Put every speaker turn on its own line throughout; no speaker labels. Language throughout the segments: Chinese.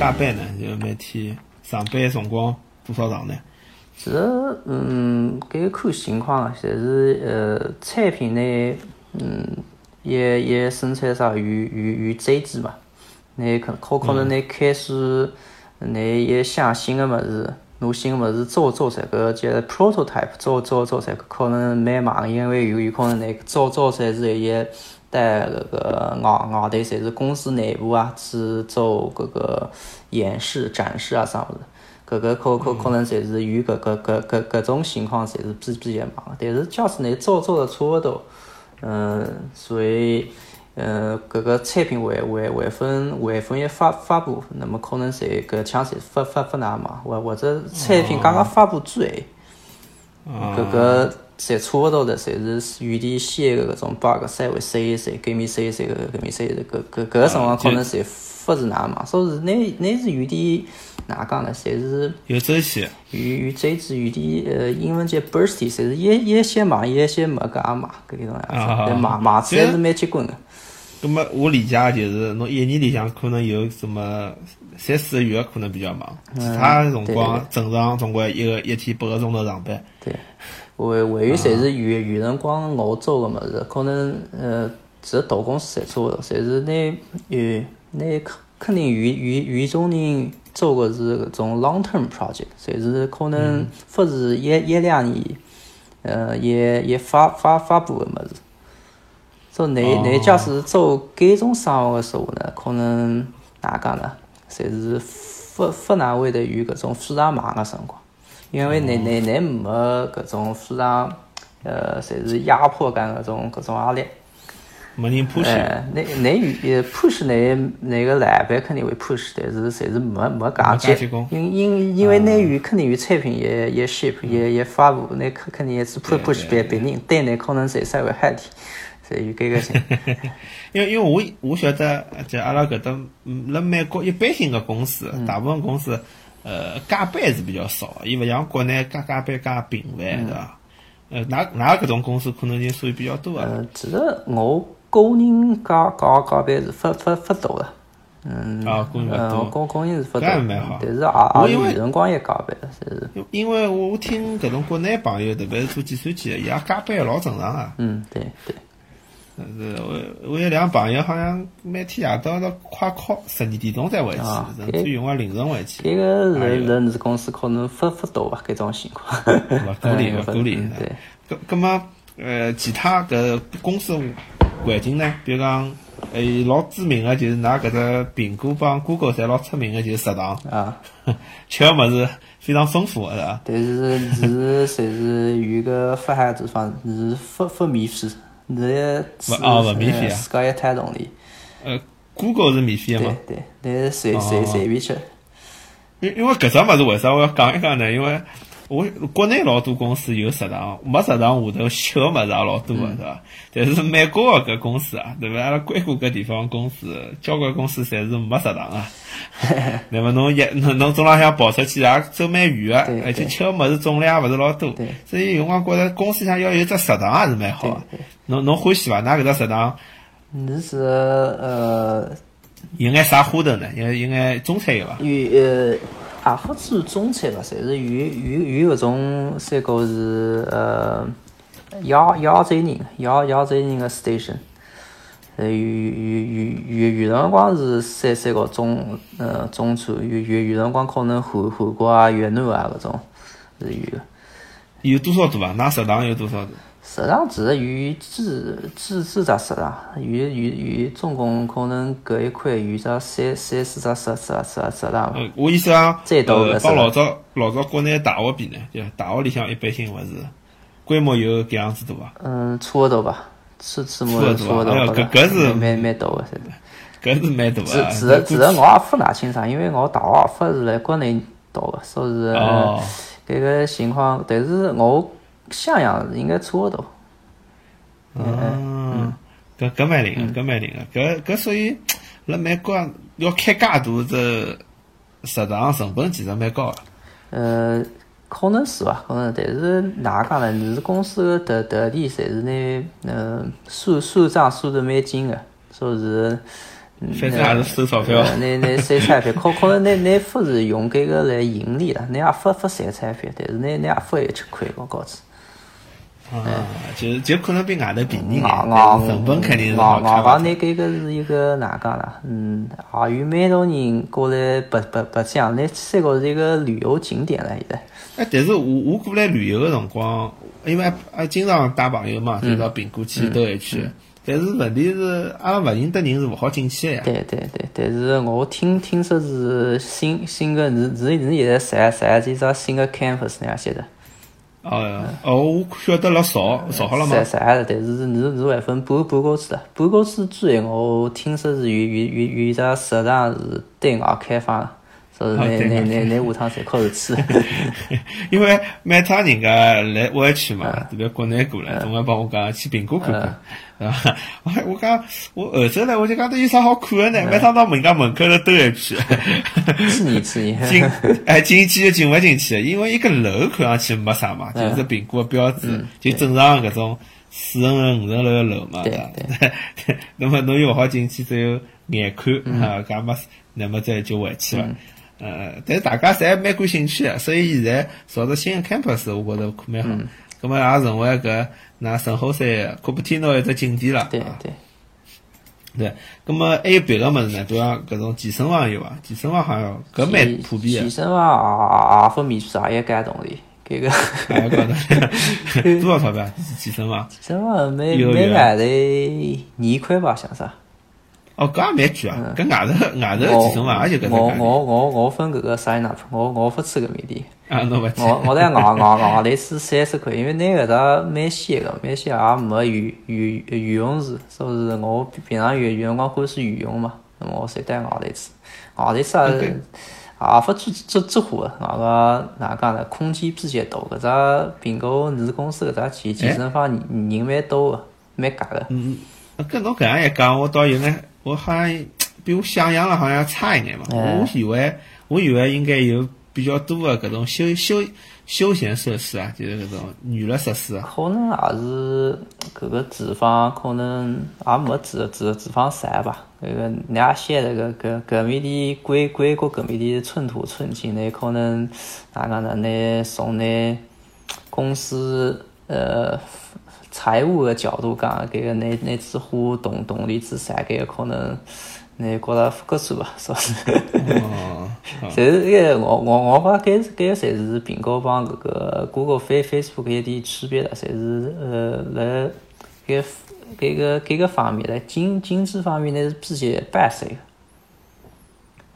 加班呢，就每天上班辰光多少上呢？
其实，嗯，搿要看情况啊。但是，呃，产品呢，嗯，也也生产啥与与与追击嘛。你可可可能你开始，你也想新个物事，拿新个物事做做出来，搿叫 prototype 做做做出来，可能蛮忙，因为有有可能你做做出来之后也带搿个外外头，侪是公司内部啊去做搿个演示、展示啊啥物事。搿个可可可能侪是与搿搿搿搿搿种情况侪是比比较忙个，但是假使你做做的差勿多，嗯，所以，呃，搿个产品还还还分还分一发发布，那么可能侪搿腔侪发发发难嘛，或或者产品刚刚发布之后，搿个侪差勿多的，侪是原地先搿种 bug 删回删一删，改面删一删搿改面删一删，搿搿搿个辰光可能侪勿是难嘛，所以你你是原地。哪讲呢？侪是
有周期，
与与这次与的呃英文叫 bursty，侪是一一些忙，一些没搿也忙，搿种样子。但忙忙起来是蛮结棍个。
葛么我理解就是，侬一年里向可能有什么三四个月可能比较忙，
嗯
其他辰光正常总归一个一天八个钟头上班。
对，还还有侪是有有辰光我做个物事，可能呃，其实大公司侪差勿多，侪是拿有拿肯肯定有有有种人。做个是搿种 long term project，侪是可能勿是一一两年，呃，一一发发发布个物事。所以你你假使做搿种生活个时候呢，可能哪讲呢？侪是勿勿哪会得有搿种非常忙个辰光，因为你你你没搿种非常呃，侪是压迫感搿种搿种压力。
没人 push，
哎，那那呃 push 那那个老板肯定会 push，但是侪是没没
没
讲
介
结
结棍，
因因因为
嗯
那有肯定有产品也也 ship 也也发布，那肯肯定也是 push
对
push 别别人，对那可能侪稍微害点，侪有搿个 性。
因为因为我我晓得，就阿拉搿搭嗯辣美国一般性个公司，
嗯
大部分公司呃加班是比较少的，伊勿像国内加加班加频繁，对
嗯
伐？呃，㑚㑚搿种公司可能人数比较多啊。
呃，其实我个人加加加班是勿勿勿多的，嗯，
啊个人勿
呃
多
我个个人是勿多
搿也
的，
蛮好
但是
我
也
因为
也有辰光也加班的，侪是，
因因为我我听搿种国内朋友，特别是做计算机的，伊拉加班老正常啊。
嗯，对对。
但是我我有两个朋友，好像每天夜到到快靠十二点钟才回去
啊，
甚至有辰光凌晨回去。
这个
哎
人
呦
人事公司可能不不多吧，搿种情况。
勿鼓励，勿
嗯
鼓励。
嗯 对，
搿搿哎么呃，其他搿公司环境呢？比如讲，呃，老知名个就是㑚搿只苹果帮 Google 侪老出名个，就是食堂，
啊，
吃个物事非常丰富，是啊伐？
但是是侪是有个发海地方是不不免费，是
不啊不免费啊
自家呃也摊动力。
呃，Google 是免费个
对
嘛？
对，你随随
哦
随便吃。
因因为搿只物事为啥我要讲一讲呢？因为我国内老多公司有食堂，没食堂下头吃个物事也老多
嗯
个，是伐？但是美国个搿公司啊，对伐？阿拉硅谷搿地方公司，交关公司侪是没食堂 啊。那么侬一侬侬中浪向跑出去啊也走蛮远
对
个，而且
对
吃个物事种类也勿是老多
对，
所以有辰光觉着公司里向要有只食堂也是蛮好个
对对。
侬侬欢喜伐？㑚搿只食堂
你是呃
有眼啥花头呢？有有眼中餐有伐？
有呃，也勿是中餐吧，侪是有有有搿种三个是呃亚亚洲人亚亚洲人个 station。呃，有有有有有辰光是三三个中呃中餐，有有有辰光可能韩韩国啊、越南啊搿种是有的。
有多少大啊？㑚食堂有多少大？
食堂其实有几几几只食堂，有有有总共可能搿一块有只三三四只食食食食堂伐。
呃，我意思讲，
再到
呃
搿
帮
啥
老早老早国内大学比呢，就大学里向一般性勿是规模有搿样子大伐？
嗯，差勿多吧，是是么
差
差
不多
勿多
哎呦
吧。
搿搿是
蛮蛮多个，现在。
搿是蛮大
只
啊！
只是只
估
是我也勿大清爽，因为我大学勿是来国内读个，所以是呃
哦
搿个情况。但是我想想应该差勿多。
嗯，搿搿蛮灵啊个，搿蛮灵个，搿搿所以辣美国要开介大只食堂，成本其实蛮高啊个。
呃，可能是伐，可能，但是哪讲呢？你是公司个特特点，侪是拿呃算算账算得蛮精个，所以是
反正也是收钞票。
拿拿收彩票，考考拿拿勿是用搿个来盈利的，拿也勿勿赚彩票，但是拿拿也勿会吃亏，我告诉。
啊，就是就可能比外头便宜眼，
硬
但
硬
是成本肯定是
硬
好
硬
开
房
发
拿
的。
啊搿个是一个哪能讲啦？嗯，也有蛮多人过来白白白相，拿三高是一个旅游景点了，现在。
哎，但是我我过来旅游个辰光，因为啊经常带朋友
嗯
嘛，就到苹果去兜一圈。但是问题是，阿拉勿认得人是勿好进去个呀。
对对对，但是我听听说是新新个是是是现在才才是一只新个 campus 那样写的。
哦哦，我晓得了，少少好了嘛。
嗯是是还是，但是是你是还分半半高处的，半高处之前我听说是有有有有一只食堂是对外开放的，所以
啊对
拿
外
拿
开
拿拿下趟侪靠头 去。
因为每趟人家来湾区嘛，
嗯
特别国内过来，总归帮我讲去苹果看看， 是吧？我还我讲我后头来，我就讲这有啥好看的
嗯
呢？每趟到人家门口头兜一圈，
去年去 年，
进哎进去就进勿进去，因为一个楼看上去没啥嘛，
嗯
就是苹果的标志，就正常搿种四层楼、五层楼的楼嘛，
对嗯
是吧？ 那么侬又勿好进去，只有眼看啊，搿也没，那么再就回去了。呃，但是大家侪蛮感兴趣的，所以现在朝着新的 campus，我觉着蛮好。
嗯
咁么也成为搿那圣后山科布蒂诺一只景点了。
对
啊
对，
对，咁么还有别个物事呢？比如讲搿种健身房有伐？健身房好像搿蛮普遍
健
的，
身房也也分免费，也一概同理，搿
啊
个
大家觉 得 多少钞票啊？健身房？
健身房每
幼儿园
每外头二块吧，像啥？
哦，搿也蛮贵啊！搿外头外头健身房啊也就搿
嗯我
能介。
我我我分搿个 sign up，我我勿吃搿面点。
啊，侬勿去？
我我在外外外头是三十块，因为那个只蛮险个，蛮险也没游游游泳池，所以是我平常有有辰光欢喜游泳嘛，那么我侪带外头去，外头去也是
OK
啊也勿最最最火个，外个哪能讲呢？空间比较大，搿只苹果子公司搿只健健身房人人蛮多个，蛮夹个。
嗯， 搿侬搿样一讲，我倒有眼，我好像比我想象了好像差一眼嘛。
哎
我以为我以为应该有比较多的搿种休休休闲设施啊，就是搿种娱乐设施 啊。
可能也是搿个脂肪，可能也没脂脂脂肪散吧。搿个伢写的搿搿搿面的规规国搿面的寸土寸金呢，可能哪能呢？拿从呢公司呃财务的角度讲，搿个拿拿只花动动力之散，搿个可能你觉着不合算吧，说是。
哦，好
侪是一个我我我发觉搿是搿个侪是苹果帮搿个 Google、Face、Facebook 搿一点区别了，侪是呃辣搿搿个搿个方面辣经经济方面呢是比较摆塞个，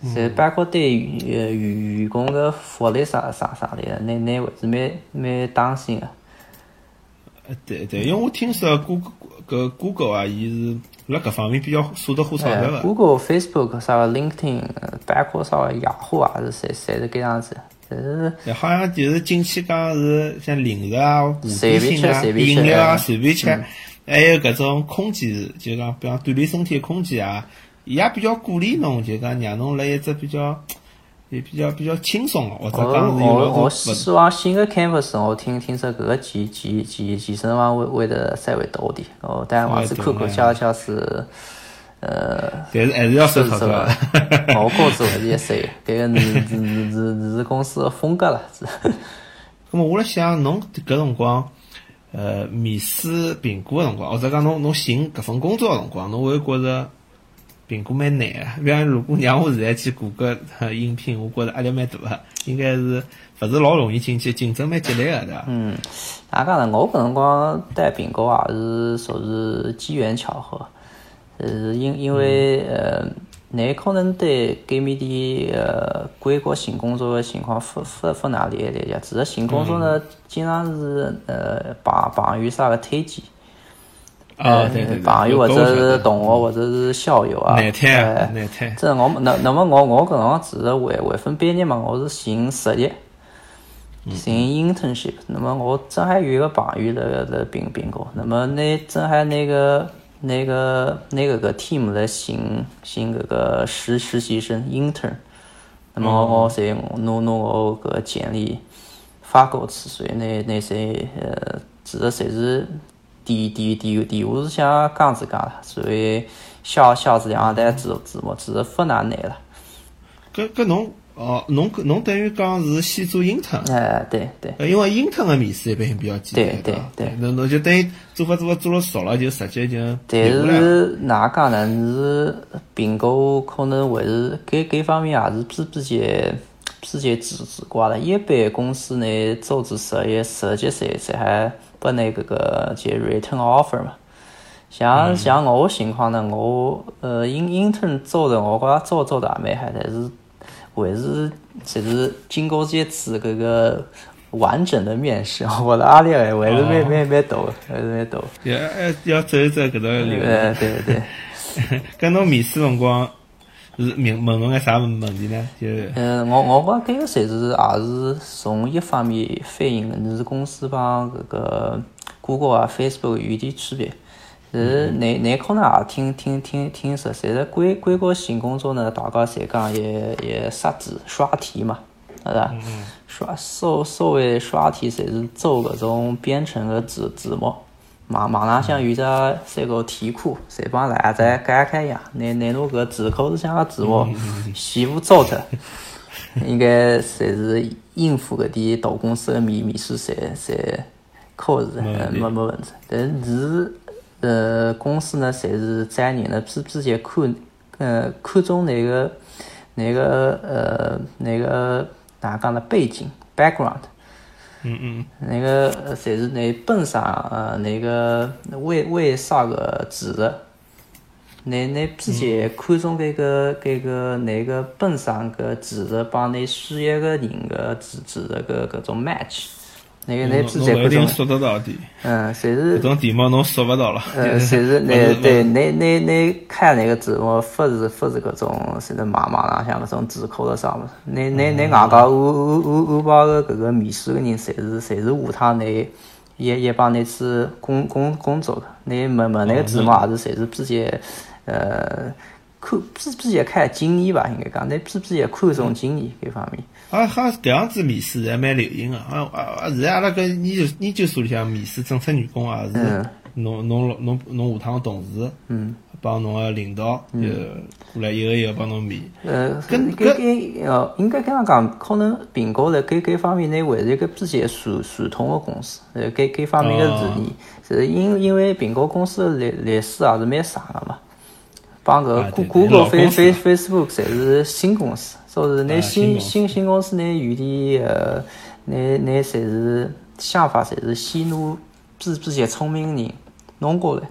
侪包括对呃员员工个福利啥啥啥的，拿拿还是蛮蛮当心个。
呃对对，因为我听说 Google 搿 Google 啊，伊是辣搿方面比较舍得花钞票
呃
的。
，Google、Facebook 啥个 LinkedIn，呃包括啥个雅虎也是侪侪是搿样子，但是。
对好像就是进去讲是像零食啊、五
随
点
便
心
吃
啊、
随便吃
饮料啊
嗯
随便吃，还有搿种空间，就讲比方锻炼身体的空间啊，伊也比较鼓励侬，就讲让侬辣一只比较也比较比较轻松的，或
我
者讲是有
我
老
我
多
希
勿
望新的 campus，我听听说搿个健健健健身房会会得稍微多点，哦，但我还是看看悄悄是，呃，
但是还是要
是
收钞
是
票
吧
的。？
我估计还是一岁，搿个是是是是是公司的风格了，是。
咁么我辣想侬搿辰光，呃，面试评估个辰光，或者讲侬侬寻搿份工作个辰光，侬会觉着评估蛮难个。 比方如果让我现在去谷歌呃应聘，我觉着压力蛮大个，应该是勿是老容易进去，竞争蛮激烈个，对伐？
嗯，哪讲呢？我搿辰光带苹果也是属于机缘巧合，呃，因因为呃，你可能对搿面的呃归国寻工作的情况不不不哪里了解，只是寻工作
嗯
呢，经常是呃朋朋友啥个推荐，
啊，对对对，
嗯朋友或
搿我晓
者
得
是同学或者是校友啊，
难推
哎
啊，难推。
这我那那么我我搿辰光只是为为分毕业嘛，我是寻实习，寻 internship。那么我正好有一个朋友辣辣苹苹果，那么那正好那个那个那个个 team 来寻寻搿个实实习生 intern。那么我我侪弄弄我搿简历发过去，所以那那些呃，指的侪是底底底底下是像钢自家了，所以小小质量但字字幕其实非常难了。
搿搿侬哦，侬搿侬等于讲是先做 intern，
哎，对对
呃因为 intern 的面试一般比较简单，
对
吧
对对
侬侬就等于做法做法做了熟了，就直接就
但
定下来了。
是哪讲呢？是苹果可能还是搿搿方面也是比比较比较奇奇怪的。一般公司呢，周至十一、十几岁才还拨你搿个就 return offer 嘛。像像我情况呢，我呃 in intern 做的，我觉着做做的也蛮好，但是还是就是经过这次搿个完整的面试，我的压力还还是蛮蛮蛮大的，还是蛮大的。
要要哎要走一走搿条流程。
呃，对对。嗯
搿侬面试辰光是问问侬个啥问题呢？就
嗯，我我觉搿个侪是也是从一方面反映个，你是公司帮搿个 Google 啊、Facebook 有点区别。是，你你可能也听听听听说，侪是硅硅谷寻工作呢，大家侪讲也也刷题刷题嘛，是吧？刷所所谓刷题，侪是做搿种编程个字字幕。网网浪向有只三个题库，侪帮大家再改改呀。拿拿侬搿字口子向个字幕全部做脱， 应该侪是应付搿点大公司个面面试侪侪考试，呃没没问题。但是你呃公司呢，侪是在人呢，比比较看呃看重那个那个呃那个哪讲呢背景 background。
嗯嗯，
那个呃侪是那本上呃那个为为啥个职的，那那之前看中搿个搿个那个本上搿职的帮你需要个人个职职的搿搿种 match，那个那之
侬
前
勿一定
看中的，
说得到的，
嗯，侪
搿
是
种题目侬说勿到 了。
呃，其实那对那那那看那个字幕，不是不是搿种，现在网网浪向搿种字库了啥物事。那那那外加我我我我帮个搿个面试个人，侪是侪是下趟那也也帮那次工工工作个，那问问那个字幕也是侪是比较呃看比比较看经验吧，应该讲，那比比较看重经验搿方面。
啊，好像搿样子面试还蛮流行个。啊啊啊！现在阿拉搿研究研究所里向面试政策员工啊，是
嗯
侬侬老侬侬下趟个同事，嗯，帮侬个领导，
嗯
就过来一个一个帮侬面。
呃，
跟
搿搿呃，应该搿样讲，可能苹果辣搿搿方面呢，还是一个比较传传统个公司，呃，搿搿方面个
哦
事业，是因因为苹果公司的历历史也是蛮长个嘛，帮搿
啊
个
对对
Go- Google、
老公司
Face Face Facebook 侪是新公司，所以
啊
拿
新公
新
司
新新公司呢，有点呃，拿拿侪是想法侪是先拿比比较聪明个人弄过来。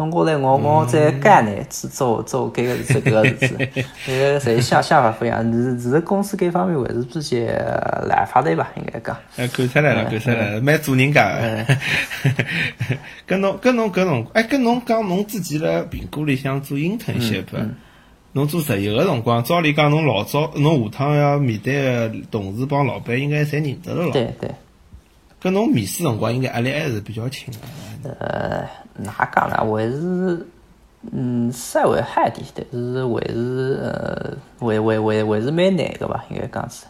弄过来我
嗯
我再干呢，去做做搿个这个事 体，搿个侪想想法不一样。你是公司搿方面还是比较懒发的吧，应该讲。
哎，看出来了，看出来
哎
了，蛮做人家的。 跟侬跟侬搿辰，哎，跟侬讲侬自己辣苹果里向做 internship，侬
嗯
做实习个辰光，照理讲侬老早侬下趟要面对个同事帮老板应该侪认得了咯。
对对，
跟侬面试辰光应该压力还是比较轻个。
呃，哪讲呢？我还是嗯稍微好一点，但是还是呃，还还还还是蛮难个吧，应该讲是。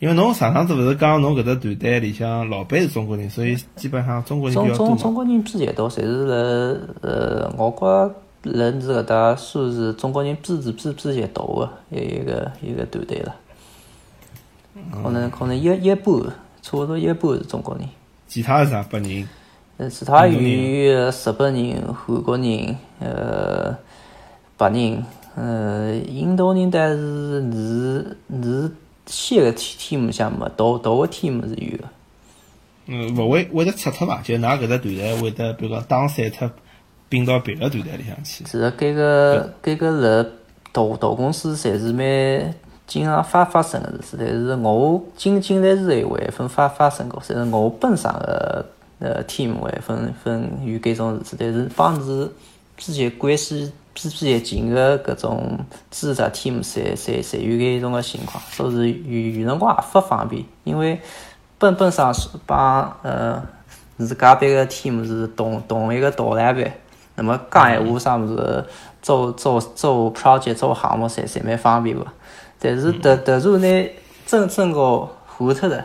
因为侬上趟子勿是讲侬搿只团队里向老板是中国人，所以基本上中国人比
中
较多
中中
嘛。
国人比较多，侪是辣呃，我觉辣你搿搭算是中国人比比比比较大个啊一个一个团队了。
嗯
可能可能一一半，差不多一半是中国人，
其他是啥八人？
呃，其他有
印度
日本人、韩国人、呃，白人，呃，印度人，但是是是细个 team 向没，大大个 team 是有个。
嗯，勿会会得出脱嘛？就㑚搿只团队会得，比如讲打散脱，并到别个团队里向去。
其实搿个搿个辣大大公司侪是蛮经常发发生个事体，但是我经经历是有还分发发生过，但是我本身个呃 team 还分分有搿种事体，但是帮是之间关系之间近个搿种知识 team 侪侪侪有搿种个情况，所以有有辰光也勿方便，因为本本身是帮呃自家班个 team 是同同一个导览班，那么讲闲话啥物事，做做做 project 做项目侪侪蛮方便个，但是突突然呢，真正个糊脱了，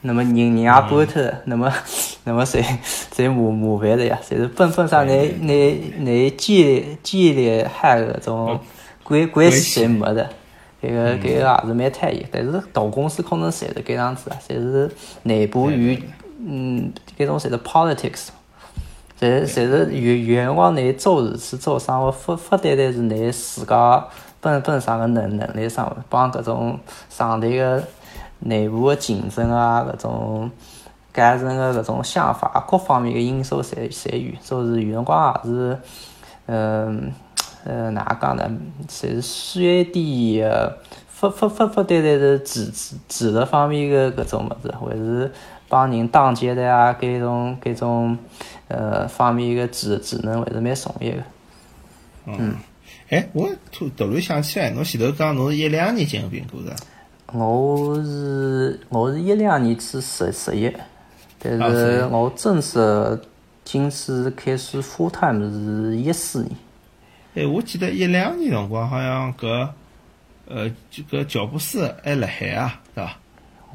那么人人也搬脱了，那么 那么侪侪麻麻烦的呀，侪是纷纷啥拿拿拿建建立嗨搿种关关系侪没的，搿个搿个也是蛮太厌。但是大公司可能侪是搿样子啊，侪是内部与嗯搿种侪是 politics。侪侪是原原光你做事体做生活，勿勿单单是你自家本本身个能能力上，帮搿种上头个内部个竞争啊，搿种个人个搿种想法，各方面个因素侪侪有，所以原光也是，嗯呃哪能讲呢？侪是需要一点个，勿勿勿勿单单是技技技术方面个搿种物事，还是帮人打交道啊，搿种搿种。呃，方面个技技能还是蛮重要个。
嗯，哎，我突突然想起来，侬前头讲侬是一两年进个苹果是？
我是我是一两年去实实习，但是我正式进去开始 full time 是一四年。
哎，我记得一两年辰光好像搿呃这个乔布斯还辣海啊，对伐？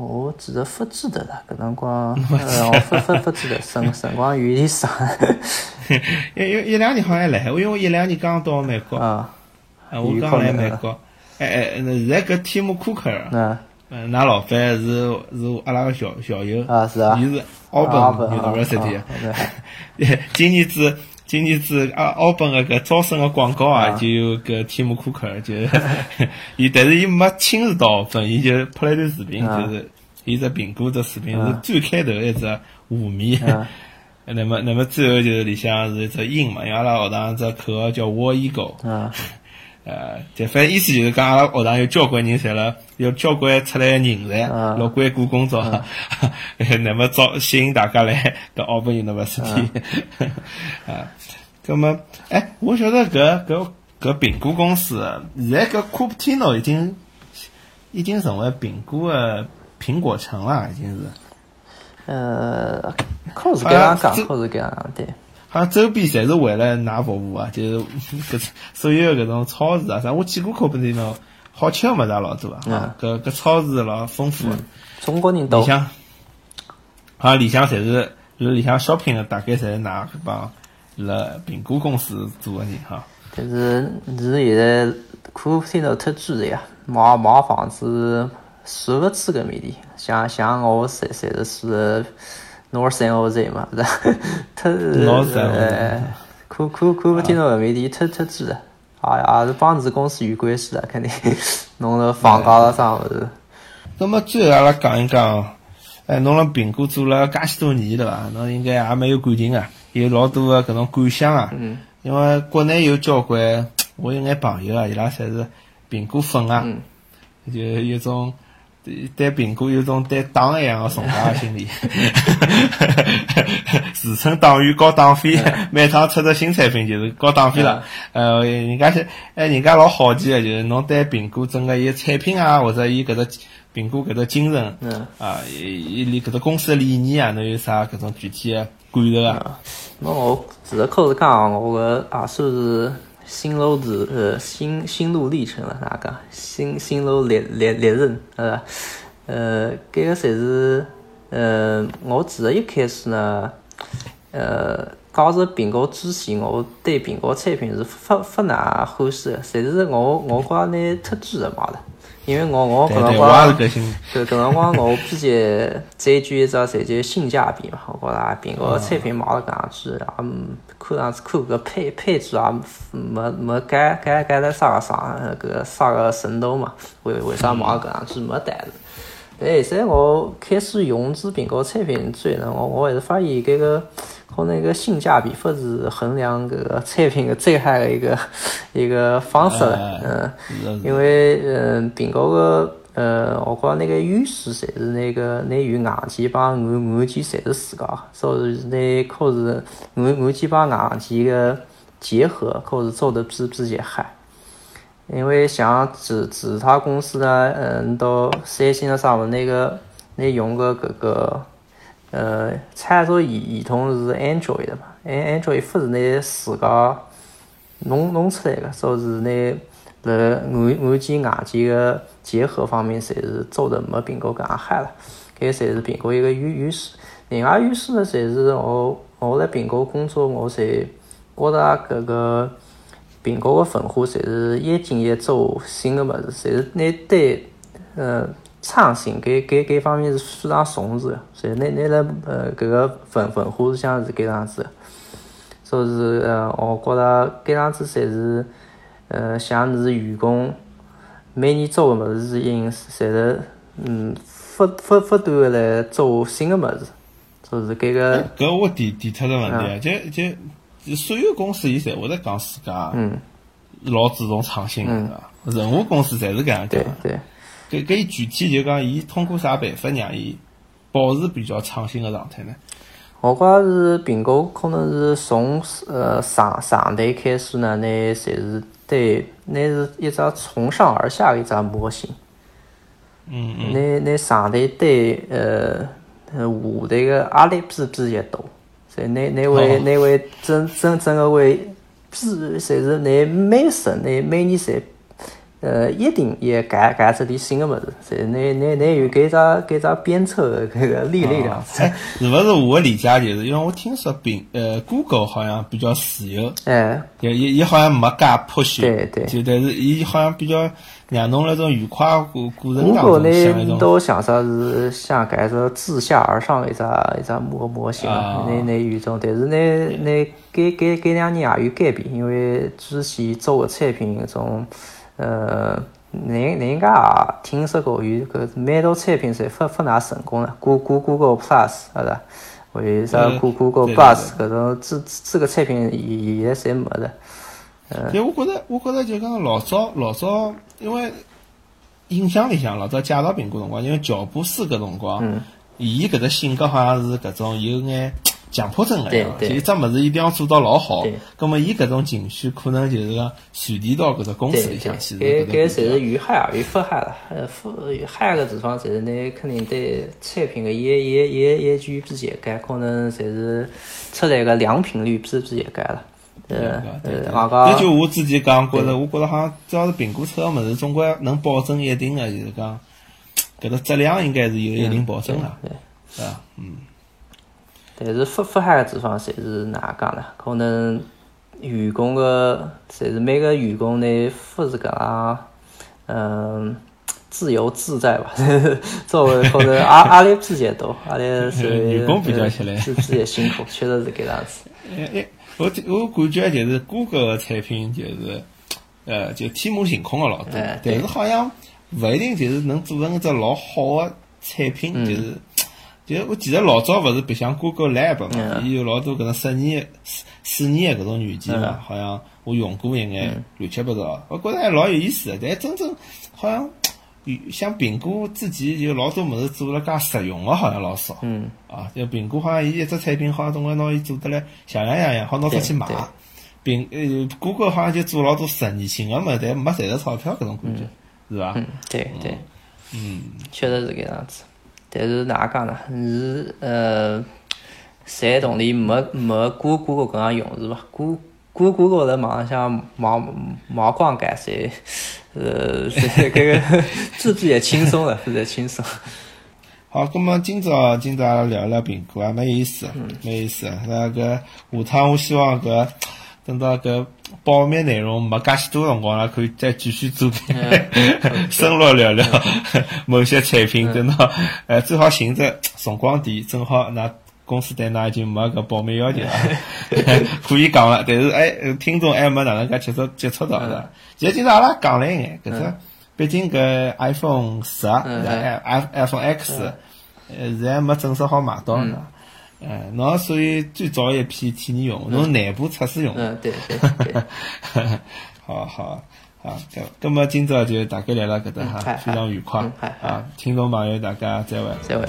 我记得勿记得了，搿辰光，呃，我勿勿勿记得，辰辰光有点长。
一、一、一两年好像来，我因为一两年刚到美国，呃
啊，
我刚来美国，哎哎，那现在搿蒂姆·库克，嗯，㑚老板是是阿拉个小小友，
啊是啊，
伊是奥本 University，今 年子。今年子啊，奥本个搿招生个广告啊，就有搿蒂姆·库克，就 伊，但是伊没亲自到奥本，伊就拍了一段视频，就是伊只苹果只视频是最开头一只画面， 那么那么最后就是里向是一只鹰嘛，因为阿拉学堂只口号叫 War Eagle，呃，就反正意思就是讲阿拉学堂有交关人侪辣，有交关出来个人才辣硅谷工作， 那么招吸引大家来搿澳本 University，啊。 那么，哎，我晓得搿搿搿苹果公司，现在搿 Cupertino 已经已经成为苹果的苹果城了，已经是。
呃，可是搿样讲，可是搿样讲对。
好像周边侪是为了㑚服务啊，就是 搿所有搿种超市啊啥，我去过 Cupertino，好吃个物事也老多
嗯
啊，搿搿超市老丰富。
中国人多。
里向，好像里向侪是，里向 shopping 的大概侪是㑚搿帮。辣苹果公司做个人哈，
但是是现在库普诺特贵了呀，买买房子算勿起搿面的。像像我侪侪是住 North San Jose 嘛，是吧？特呃，库库库普诺搿面的特特贵了，也也是帮子公司有关系的，肯定弄了房价了啥物事。
那么最后阿拉讲一讲，哎，侬辣苹果做了介许多年对伐？侬应该也蛮有感情啊。有老多个搿种感想啊，
嗯、
因为国内有交关，我有眼朋友啊，伊拉侪是苹果粉啊，
嗯、
就有种对苹果有种对党一样个崇拜个心理， 自称党员交党费， 每趟出只新产品就是交党费了。呃，人家是哎，人家老好奇个，就是侬对苹果整个伊个产品啊，或者伊搿只苹果搿只精神
嗯，
啊，伊伊里搿只公司的理念啊，侬有啥搿种具体个感受啊？
那我除了口是讲，我搿也算是心路子呃心心路历程了，哪能讲？心心路历历历程，呃呃，搿个侪是呃，我其实一开始呢，呃，加入苹果之前，我对苹果产品是勿勿哪欢喜的，侪是我我觉着呢特贵的买了，因为我我搿
对对，
辰
我也
光
是。搿心。
搿搿辰光我比较追求一只侪叫性价比嘛，我觉着苹果产品买了搿样子，也嗯看上去看搿配配置也没没改改改了啥个啥呃搿啥个程度嘛，为为啥买搿样子没胆子？但现在我开始用起苹果产品之后呢，我我还是发现搿个可能一个性价比不是衡量搿个产品个最好的一个一个方式了，嗯。
是
因为嗯，苹果个呃，我觉那个优势侪是那个拿与硬件帮软软件侪是自家的，所以那可是软软件帮硬件个结合，可是做的比比较好。因为像其其他公司呢，嗯，到三星的啥物那个，那用个搿个呃操作系系统是 Android 的嘛，An-，Android 勿是拿自家弄弄出来个，所以是拿辣软软件硬件个结合方面，侪是做的没苹果搿样好了。搿侪是苹果一个优优势。另外优势呢，侪是我我辣苹果工作，我侪觉着搿个苹果个文化侪是一进一做新个物事，侪是拿对呃创新搿搿搿方面是非常重视个，侪拿拿辣呃搿个文文化里向是搿样子个。所以是呃，我觉着搿样子侪是呃，像是员工每年做个物事是应侪是嗯，不不不断个来做新个物事，所以是搿个
搿我提提出只问题啊，就就就所有公司伊侪会得讲自家
嗯
老注重创新个，是吧？任何公司侪是搿样讲
对
的。
对
搿搿伊具体就讲，伊通过啥办法让伊保持比较创新个状态呢？
我觉是苹果可能是从呃上上代开始呢，拿侪是对，拿是一只从上而下的一只模型。
嗯嗯
拿拿上头对呃呃下头个压力比比较大，所以拿拿会
哦
拿会真真真个会比，侪是拿每省拿每年侪呃一定也改改出点新个物事，所以拿拿拿有搿只搿只鞭策个搿个力量。
啊哎，是勿是我的理解就是，因为我听说苹呃，Google 好像比较自由，
哎，
就伊伊好像没介 push，
对对
就但是伊好像比较让侬辣种愉快的过过程
如
当
果
中，像一
呢，
种
都想啥是想搿只自下而上的一只一只模模型
啊
啊，那那有一种，但是呢，那搿搿搿两年也有改变，因为之前做个产品种，呃，人人家也啊听说过有搿蛮多产品侪勿勿大成功了，Go Go Google Plus 是伐？或者啥
嗯
Go Google
对对
Plus 搿种这这个产品现现在侪没了。哎
对，我觉着，我觉着就讲老早老早，因为印象里向老早介绍苹果辰光，因为乔布斯搿辰
嗯
光，伊搿只性格好像是搿种有眼强迫症个
对
样，就
对
一只物事一定要做到老好
对。
葛末伊搿种情绪可能就是讲传递到搿只公
对
司
对，
里向去，
搿搿侪
是
是有害啊，有负害了。呃，负有害个地方，侪是你肯定对产品个一一一一句比较改，可能侪是出来个良品率比比较改了。呃
对
呃，外
搿啊就
加
我之前讲，觉着我觉着好像只要是苹果出个物事，总归能保证一定个，就是讲搿个质量应该是有一定保证个，
对，
是伐？嗯，
但是负负害个地方侪是哪讲呢？可能员工个侪是每个员工呢，勿是讲嗯。自由自在吧， 作为可能压压力比较大，压力是呃
员工比较起来
是比较辛苦，确实是搿样子。
哎哎，我这我感觉就是谷歌个产品就是，呃，就天马行空个老多
哎，
但
对
是好像勿一定就是能做成一只老好个产品，
嗯
就是。就是我记得老早勿是白相 Google Lab 嘛，
嗯
伊有老多搿种室内室室内个搿种软件
嗯
嘛，好像我用过一眼乱七八糟，我觉着还老有意思的。但真正好像有像苹果之前就老多物事做了介实用个，好像老少。
嗯。
啊，就苹果好像伊一只产品好像总归拿伊做得来像样像样，好拿出去卖
对对。
苹呃，谷歌好像就做老多实验性个物事，但没赚着钞票搿种感觉，是伐
嗯？，对对，
嗯，
确实是搿样子。但是哪能讲呢？是呃，谁动力没没谷谷歌搿样用是伐？谷谷谷歌辣网浪向毛毛光改谁？呃， 搿个自己也轻松了，自己也轻松。
好，葛么今朝今朝阿拉聊聊苹果啊，蛮有意思，
嗯
蛮有意思。那搿下趟我希望搿等到搿保密内容没介许多辰光了，可以再继续做
嗯
深入聊聊 某些产
嗯
品。等到呃，最好寻只辰光点，正好那公司对㑚已经没搿保密要求 了， 可以讲了。但是哎，呃听众还没哪能介接触接触
嗯
到是吧？其实今朝阿拉讲了一眼搿只。毕竟搿 iPhone 十啊，
嗯
对吧 i iPhone X，呃，现在没正式好买到呢。
嗯
呃，侬属于最早一批体验用户，侬内部测试用户。
嗯，对对 对，
好好好，搿搿么今朝就大概聊到搿搭哈，
嗯好
非常愉快
嗯好好
啊！听众朋友，大家再会。
再会。